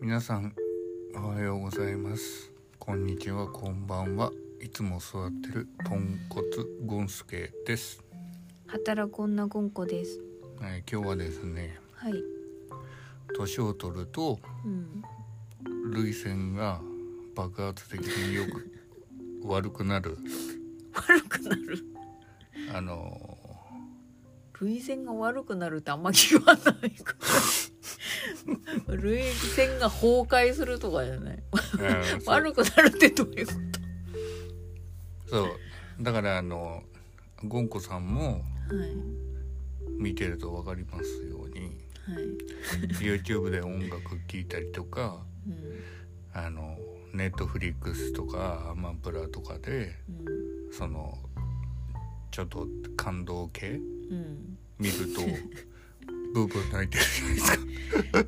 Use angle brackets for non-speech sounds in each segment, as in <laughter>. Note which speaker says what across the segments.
Speaker 1: 皆さんおはようございますこんにちはこんばんはいつも座ってるポンコツゴンスケです、
Speaker 2: 働く女ゴンコです。
Speaker 1: はい、今日はですね
Speaker 2: はい。
Speaker 1: 年を取ると
Speaker 2: うん。
Speaker 1: 涙腺が爆発的によく悪くなる <laughs>
Speaker 2: 悪くなる。
Speaker 1: あの
Speaker 2: 涙腺が悪くなるってあんま聞かない <laughs> から。涙腺が崩壊するとかじゃない。
Speaker 1: ーえーそう
Speaker 2: <laughs> 悪くなるってどういうこ
Speaker 1: そうだからあのゴンコさんも
Speaker 2: と。はい。
Speaker 1: 見てると分かりますように
Speaker 2: はい。
Speaker 1: YouTube で音楽聴いたりとか
Speaker 2: うん。
Speaker 1: あのネットフリックスとかアマプラとかでそのちょっと感動系
Speaker 2: うん。うん。
Speaker 1: 見るとブーブー泣いて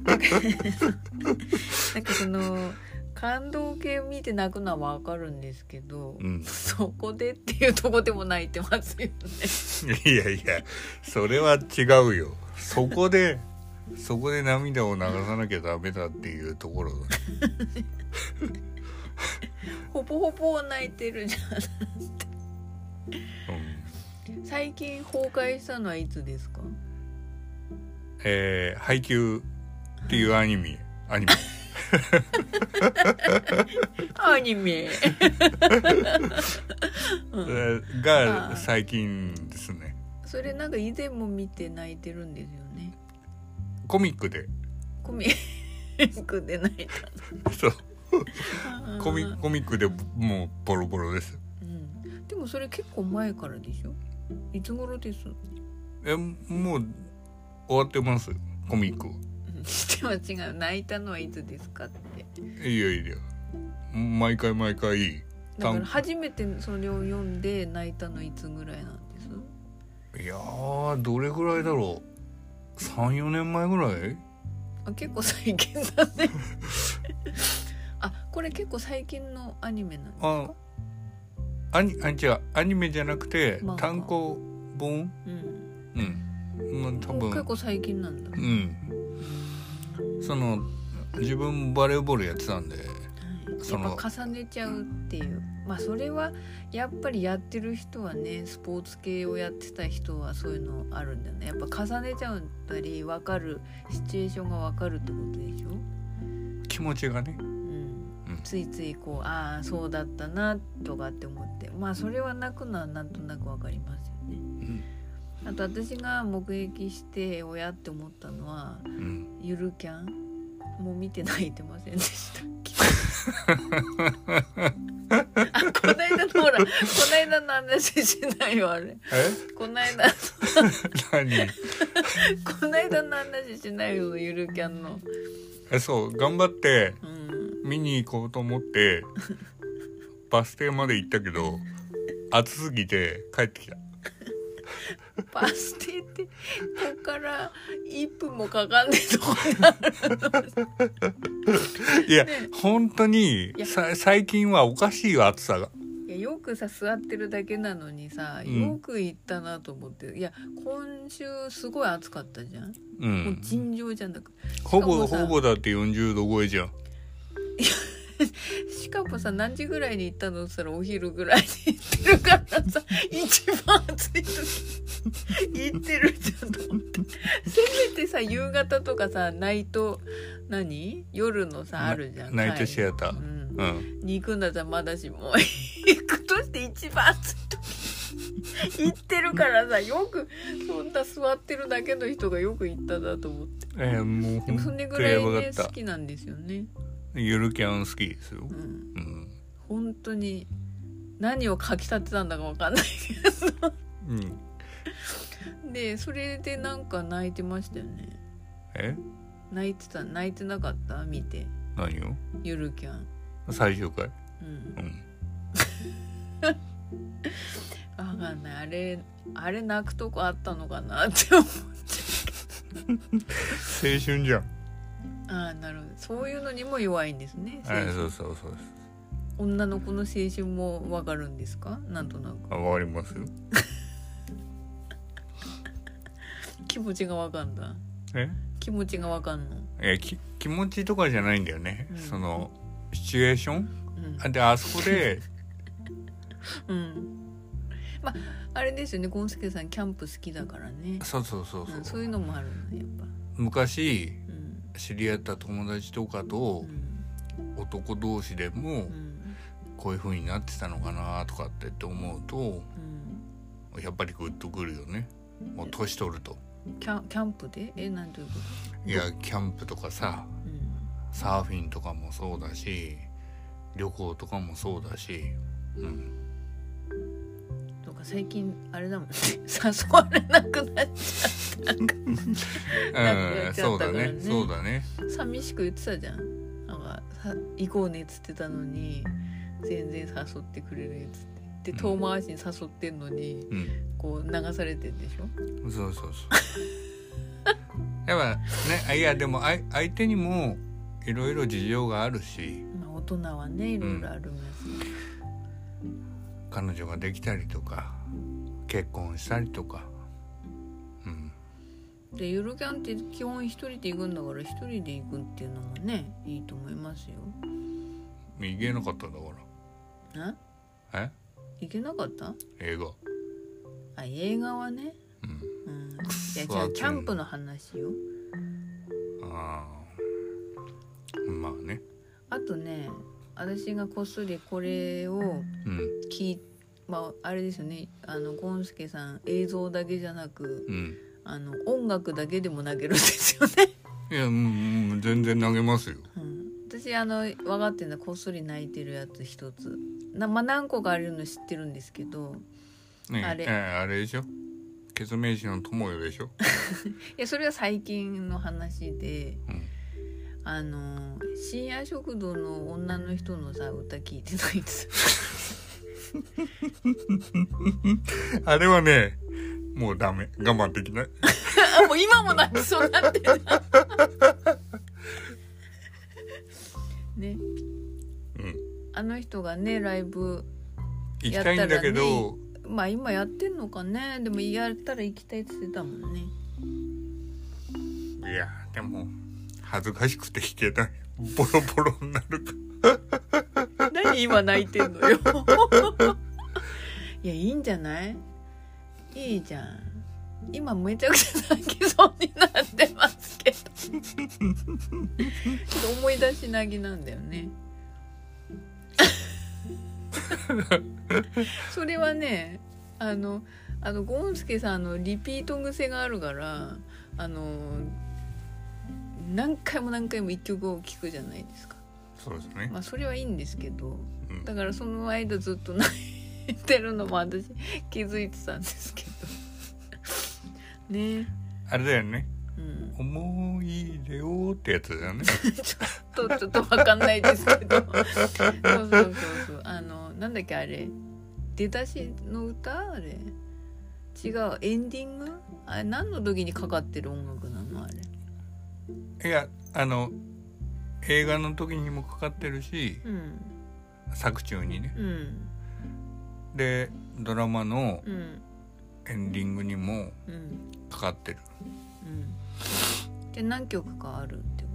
Speaker 1: るじゃないですか。
Speaker 2: なんかその。感動系見て泣くのはわかるんですけど、
Speaker 1: うん、
Speaker 2: そこでっていうとこでも泣いてますよね。
Speaker 1: <laughs> いやいやそれは違うよ。そこでそこで涙を流さなきゃダメだっていうところだね
Speaker 2: ほぼほぼ泣いてるじゃん。最近崩壊したのはいつですか。
Speaker 1: うんえー、配給っていうアニメアニメ
Speaker 2: アニ
Speaker 1: <laughs>
Speaker 2: メ。う
Speaker 1: え
Speaker 2: ん
Speaker 1: ーが最近ですね
Speaker 2: それなんか以前も見て泣いてるんですよね。
Speaker 1: コミックで
Speaker 2: コミックで泣い
Speaker 1: そう
Speaker 2: た。
Speaker 1: コミコミックでもうボロボロです
Speaker 2: うん。でもそれ結構前からでしょ。いつ頃です。 <laughs> うん
Speaker 1: えもう終わってますコミックは
Speaker 2: でも違う泣いたのはいつですかって。
Speaker 1: いやいや毎回毎回
Speaker 2: だから初めてそれを読んで泣いたのいつぐらいなんです。
Speaker 1: いやーどれぐらいだろう34年前ぐらい
Speaker 2: あ結構最近だ
Speaker 1: <laughs>
Speaker 2: ね。あこれ結構最近のアニメなんです
Speaker 1: あ
Speaker 2: か。
Speaker 1: アニあ違うアニメじゃなくて
Speaker 2: 漫画
Speaker 1: 単行本
Speaker 2: う
Speaker 1: う
Speaker 2: ん。
Speaker 1: ん、まあ、多
Speaker 2: もう結
Speaker 1: 分
Speaker 2: 構最近なんだ。
Speaker 1: う
Speaker 2: はい。
Speaker 1: んその自分バレーボールやってたんでその
Speaker 2: やっぱ重ねちゃうっていうまあそれはやっぱりやってる人はねスポーツ系をやってた人はそういうのあるんだよねやっぱ重ねちゃったり分かるシチュエーションが分かるってことでしょ、
Speaker 1: 気持ちがね
Speaker 2: うん
Speaker 1: うん
Speaker 2: ついついこうああそうだったなとかって思ってまあそれはなくのはなんとなく分かりますよね
Speaker 1: うん、
Speaker 2: あと私が目撃して親って思ったのは
Speaker 1: うん、
Speaker 2: ゆるキャンもう見て泣いてませんで
Speaker 1: <laughs>
Speaker 2: したっけあこの間のほらこの間の話しないよあれ
Speaker 1: え <laughs>
Speaker 2: この間
Speaker 1: 何
Speaker 2: この間の話しないよゆるキャンの
Speaker 1: えそう頑張って
Speaker 2: うん
Speaker 1: 見に行こうと思って
Speaker 2: <laughs>
Speaker 1: バス停まで行ったけど暑すぎて帰ってきた
Speaker 2: バス停ってここから1分もかかんないとこにある
Speaker 1: いや、
Speaker 2: ね
Speaker 1: 本当に
Speaker 2: いや
Speaker 1: さ最近はおかしいよ暑さが
Speaker 2: いやよくさ座ってるだけなのにさ
Speaker 1: うん
Speaker 2: よく行ったなと思って、いや今週すごい暑かったじゃん、
Speaker 1: う
Speaker 2: もうん尋常じゃなく
Speaker 1: ほぼ
Speaker 2: しかも
Speaker 1: ほ
Speaker 2: さ
Speaker 1: ぼだって40度超えじゃん
Speaker 2: しかもさ何時ぐらいに行ったのって言ったらお昼ぐらいに行ってるから
Speaker 1: <laughs>
Speaker 2: さ一番暑い時行ってるじゃんと思ってせめてさ夕方とかさナイト何夜のさ
Speaker 1: な
Speaker 2: あるじゃん
Speaker 1: ナイトシアター
Speaker 2: 帰りうん
Speaker 1: うん
Speaker 2: に行くんだったらまだしも行くとして一番暑い時行ってるからさよくそんな座ってるだけの人がよく行ったなと思って
Speaker 1: えー、もう
Speaker 2: でもそ
Speaker 1: 本
Speaker 2: れぐ
Speaker 1: 当
Speaker 2: ら
Speaker 1: や
Speaker 2: い
Speaker 1: ばかっ
Speaker 2: ね好
Speaker 1: た
Speaker 2: きなんですよね、
Speaker 1: ゆるキャン好きですよ
Speaker 2: うん
Speaker 1: うん、
Speaker 2: 本当に何をかきたてたんだかわかんないけど
Speaker 1: うん、
Speaker 2: でそれでなんか泣いてましたよね
Speaker 1: え
Speaker 2: 泣いてた泣いてなかった見て
Speaker 1: 何を
Speaker 2: ゆるキャン
Speaker 1: 最終回
Speaker 2: うん
Speaker 1: うん
Speaker 2: わかんないあれあれ泣くとこあったのかなって思う
Speaker 1: 青春じゃん
Speaker 2: ああなるほどそういうのにも弱いんですね青
Speaker 1: えー
Speaker 2: 春
Speaker 1: そうそうそうです
Speaker 2: 女の子の青春もわかるんですかなんとなく
Speaker 1: あわかりますよ
Speaker 2: 気持ちがわかんだ
Speaker 1: え
Speaker 2: 気気持ちがわかんの、
Speaker 1: えーき気持ちとかじゃないんだよね、
Speaker 2: うん
Speaker 1: そのシチュエーション
Speaker 2: うん
Speaker 1: あであそこ
Speaker 2: <laughs>
Speaker 1: で
Speaker 2: うん、まああれですよねゴンスケさんキャンプ好きだからね
Speaker 1: そうそうそう
Speaker 2: うん
Speaker 1: そ、
Speaker 2: そうういうのもあるのねやっぱ、
Speaker 1: 昔
Speaker 2: うん
Speaker 1: 知り合った友達とか
Speaker 2: う
Speaker 1: と
Speaker 2: ん
Speaker 1: 男同士でも
Speaker 2: うん
Speaker 1: こういう風になってたのかなとかってって思うと
Speaker 2: うん
Speaker 1: やっぱりグッとくるよねもう年取ると
Speaker 2: キャンキャンプでえなんていうこ
Speaker 1: いやキャンプとかさ
Speaker 2: と、うん
Speaker 1: サーフィンとかもそうだし旅行とかもそうだし、うん、
Speaker 2: とか最近あれだもんね <laughs> 誘われなくなっ
Speaker 1: うん、そうだね
Speaker 2: ね
Speaker 1: そうだね
Speaker 2: 寂しく言ってたじゃんなんかさ行こうねっつってたのに全然誘ってくれるっつってで遠回しに誘ってんのに
Speaker 1: うん
Speaker 2: こう流されてんでしょ
Speaker 1: そう <laughs> そうそうやっぱねあいやでもあい相手にもいろいろ事情があるし
Speaker 2: まあ大人はねいろいろあるんですけど
Speaker 1: 彼女ができたりとか結婚したりとかうん
Speaker 2: でゆるキャンって基本一人で行くんだから一人で行くっていうのもねいいと思いますよ。
Speaker 1: 行けなかったんだか
Speaker 2: あ
Speaker 1: らえ
Speaker 2: 行けなかった
Speaker 1: 映画
Speaker 2: あ映画はね。
Speaker 1: うん
Speaker 2: うん、い
Speaker 1: <laughs> そ
Speaker 2: やじゃあ
Speaker 1: うん
Speaker 2: キャンプの話よ。
Speaker 1: ああまあね
Speaker 2: あとね私がこっそりこれを
Speaker 1: うん
Speaker 2: 聞いまああれですよねあのゴンスケさん映像だけじゃなく
Speaker 1: うん
Speaker 2: あの音楽だけでも投げるんですよね。 <laughs>
Speaker 1: いやうんうん全然投げますよ
Speaker 2: うん、私あの分かってるのはこっそり泣いてるやつ一つ。なまあ何個かあるの知ってるんですけど。
Speaker 1: ねえ
Speaker 2: あれ
Speaker 1: ええあれでしょケツメイシの友よでしょ、 <laughs>
Speaker 2: いやそれは最近の話で
Speaker 1: うん、
Speaker 2: あの深夜食堂の女の人のさ歌聞いてないんです
Speaker 1: あれはねもうダメ我慢できない
Speaker 2: あもう今も泣きそうになってるね
Speaker 1: うん
Speaker 2: あの人がねライブ
Speaker 1: 行きたいんだけど、
Speaker 2: まあ今やってんのかねでもやったら行きたいって言ってたもんね
Speaker 1: いやでも恥ずかしくて弾けないボロボロになるか
Speaker 2: 何今泣いてんのよいやいいんじゃないいいじゃん今めちゃくちゃ泣きそうになってますけどちょっと思い出し泣きなんだよねそれはねあのあのゴンスケさんのリピート癖があるからあの何回も何回も一曲を聴くじゃないですか
Speaker 1: そうですね、
Speaker 2: まあそれはいいんですけど
Speaker 1: うん
Speaker 2: だからその間ずっと泣いてるのも私気づいてたんですけど <laughs> ね
Speaker 1: あれだよね
Speaker 2: う
Speaker 1: 「
Speaker 2: ん
Speaker 1: 思い出を」ってやつだよね
Speaker 2: ちょっとちょっとわかんないですけどそうそうそうそうあのなんだっけあれ出だしの歌あれ違うエンディングあれ何の時にかかってる音楽なのあれ
Speaker 1: いやあの映画の時にもかかってるし
Speaker 2: うん
Speaker 1: 作中にね
Speaker 2: うん
Speaker 1: でドラマの
Speaker 2: うん
Speaker 1: エンディングにも
Speaker 2: うん
Speaker 1: かかってる
Speaker 2: うんで何曲かあるってこ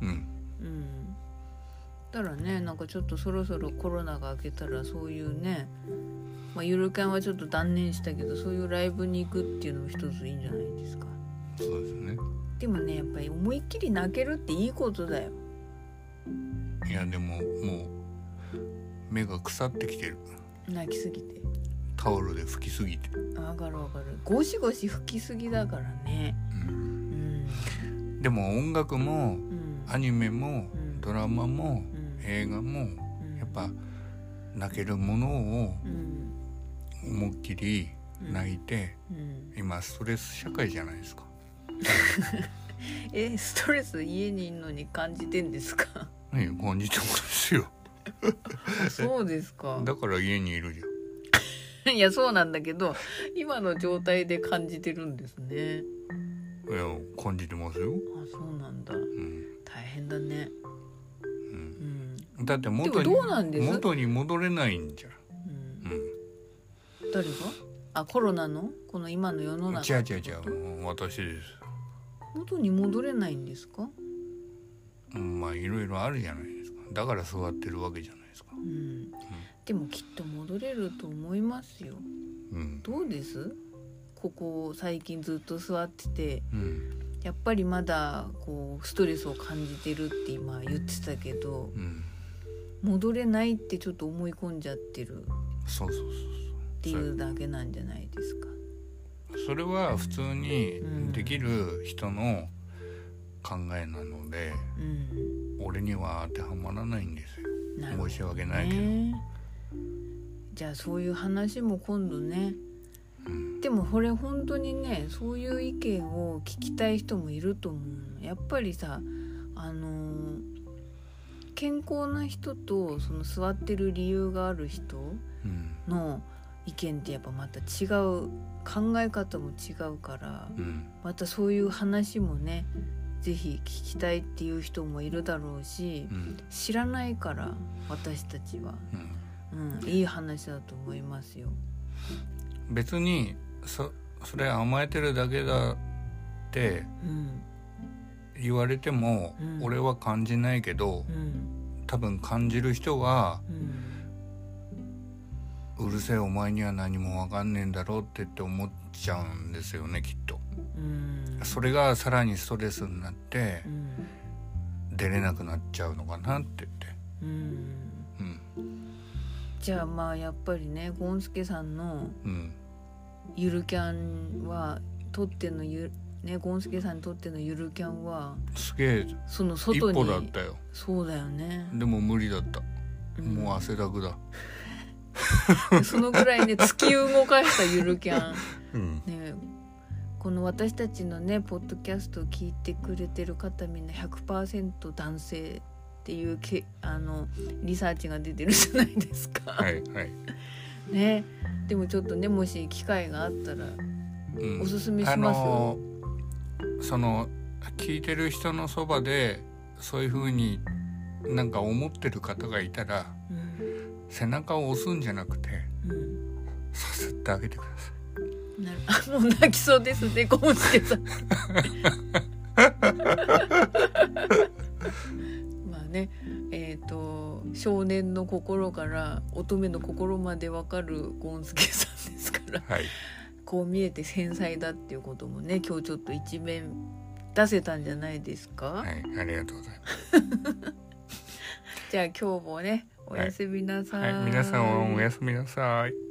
Speaker 2: と
Speaker 1: うん
Speaker 2: うんだからねなんかちょっとそろそろコロナが明けたらそういうね、まあ、ゆるキャンはちょっと断念したけどそういうライブに行くっていうのも一ついいんじゃないですか
Speaker 1: そうですね
Speaker 2: でもねやっぱり思いっきり泣けるっていいことだよ
Speaker 1: いやでももう目が腐ってきてる
Speaker 2: 泣きすぎて
Speaker 1: タオルで拭きすぎて、
Speaker 2: わかるわかるゴシゴシ吹きすぎだからね
Speaker 1: うん
Speaker 2: うん
Speaker 1: でも音楽も
Speaker 2: うん
Speaker 1: アニメも
Speaker 2: うん
Speaker 1: ドラマも
Speaker 2: うん
Speaker 1: 映画も
Speaker 2: うん
Speaker 1: やっぱ泣けるものを
Speaker 2: うん
Speaker 1: 思いっきり
Speaker 2: うん
Speaker 1: 泣いて
Speaker 2: うん
Speaker 1: 今ストレス社会じゃないですか
Speaker 2: えストレス家にいるのに感じてんですか
Speaker 1: <laughs> ね感じてもですよ
Speaker 2: そうですか
Speaker 1: だから家にいるじゃん
Speaker 2: <laughs> いやそうなんだけど今の状態で感じてるんですね
Speaker 1: いや感じてますよ、
Speaker 2: あそうなんだ
Speaker 1: うん
Speaker 2: 大変だねうん、
Speaker 1: うん、だって
Speaker 2: でも
Speaker 1: 元に
Speaker 2: どうなんです、
Speaker 1: 元に戻れないんじゃん
Speaker 2: うん、
Speaker 1: う
Speaker 2: 誰があコロナのこの今の世の
Speaker 1: ん、
Speaker 2: 中
Speaker 1: 違う違う違う私です
Speaker 2: 元に戻れないんですか、
Speaker 1: うんまあいろいろあるじゃないですかだから座ってるわけじゃないですか
Speaker 2: うん、でもきっと戻れると思いますよ
Speaker 1: うん
Speaker 2: どうですここ最近ずっと座ってて
Speaker 1: うん
Speaker 2: やっぱりまだこうストレスを感じてるって今言ってたけど
Speaker 1: うん
Speaker 2: 戻れないってちょっと思い込んじゃってる
Speaker 1: そうそうそう
Speaker 2: っていうだけなんじゃないですか。
Speaker 1: そうそれは普通にできる人の考えなので、
Speaker 2: うん、
Speaker 1: 俺には当てはまらないんですよ
Speaker 2: なるほど
Speaker 1: 申し訳ないけど、
Speaker 2: ね。じゃあそういう話も今度ね
Speaker 1: うん、
Speaker 2: でもこれ本当にねそういう意見を聞きたい人もいると思うのやっぱりさあのー健康な人とその座ってる理由がある人
Speaker 1: うん
Speaker 2: の意見ってやっぱまた違う考え方も違うから
Speaker 1: うん
Speaker 2: またそういう話もね是非聞きたいっていう人もいるだろうし
Speaker 1: うん
Speaker 2: 知らないから私たちは、
Speaker 1: うん
Speaker 2: うん、いい話だと思いますよ。
Speaker 1: 別にそそれ甘えてるだけだって
Speaker 2: うん
Speaker 1: 言われても、
Speaker 2: うん
Speaker 1: 俺は感じないけど
Speaker 2: うん
Speaker 1: 多分感じる人は
Speaker 2: うん
Speaker 1: うるせえお前には何もわかんねえんだろうってって思っちゃうんですよねきっと。
Speaker 2: うん
Speaker 1: それがさらにストレスになって
Speaker 2: うん
Speaker 1: 出れなくなっちゃうのかなって言って。
Speaker 2: うん
Speaker 1: うん
Speaker 2: じゃあまあやっぱりねゴンスケさんの
Speaker 1: うん
Speaker 2: ゆるキャンはとってのゆねゴンスケさんにとってのゆるキャンは
Speaker 1: すげえ
Speaker 2: その
Speaker 1: 一
Speaker 2: 外
Speaker 1: 歩だっ
Speaker 2: に
Speaker 1: たよ
Speaker 2: そうだよね、
Speaker 1: でも無理だった
Speaker 2: うん
Speaker 1: もう汗だくだ、
Speaker 2: そのぐらいね突き動かしたゆるキャン
Speaker 1: うん、
Speaker 2: ねこの私たちのねポッドキャストを聞いてくれてる方みんな100%男性っていうけあのリサーチが出てるじゃないですか。
Speaker 1: はいはい、
Speaker 2: ねでもちょっとねもし機会があったら
Speaker 1: うん
Speaker 2: おすすめしますよ
Speaker 1: ーその聞いてる人のそばでそういうふうになんか思ってる方がいたら
Speaker 2: うん、
Speaker 1: 背中を押すんじゃなくて
Speaker 2: うん
Speaker 1: さすってあげてくださ
Speaker 2: なる <laughs> あもう泣きそうですねゴンスケさん <laughs> まあねえっ、と少年の心から乙女の心までわかるゴンスケさんですから
Speaker 1: い。はい。
Speaker 2: こう見えて繊細だっていうこともね今日ちょっと一面出せたんじゃないですか、
Speaker 1: はい、ありがとうございます。
Speaker 2: じゃあ今日もねおやすみなさい、
Speaker 1: はい、皆さんおやすみなさい。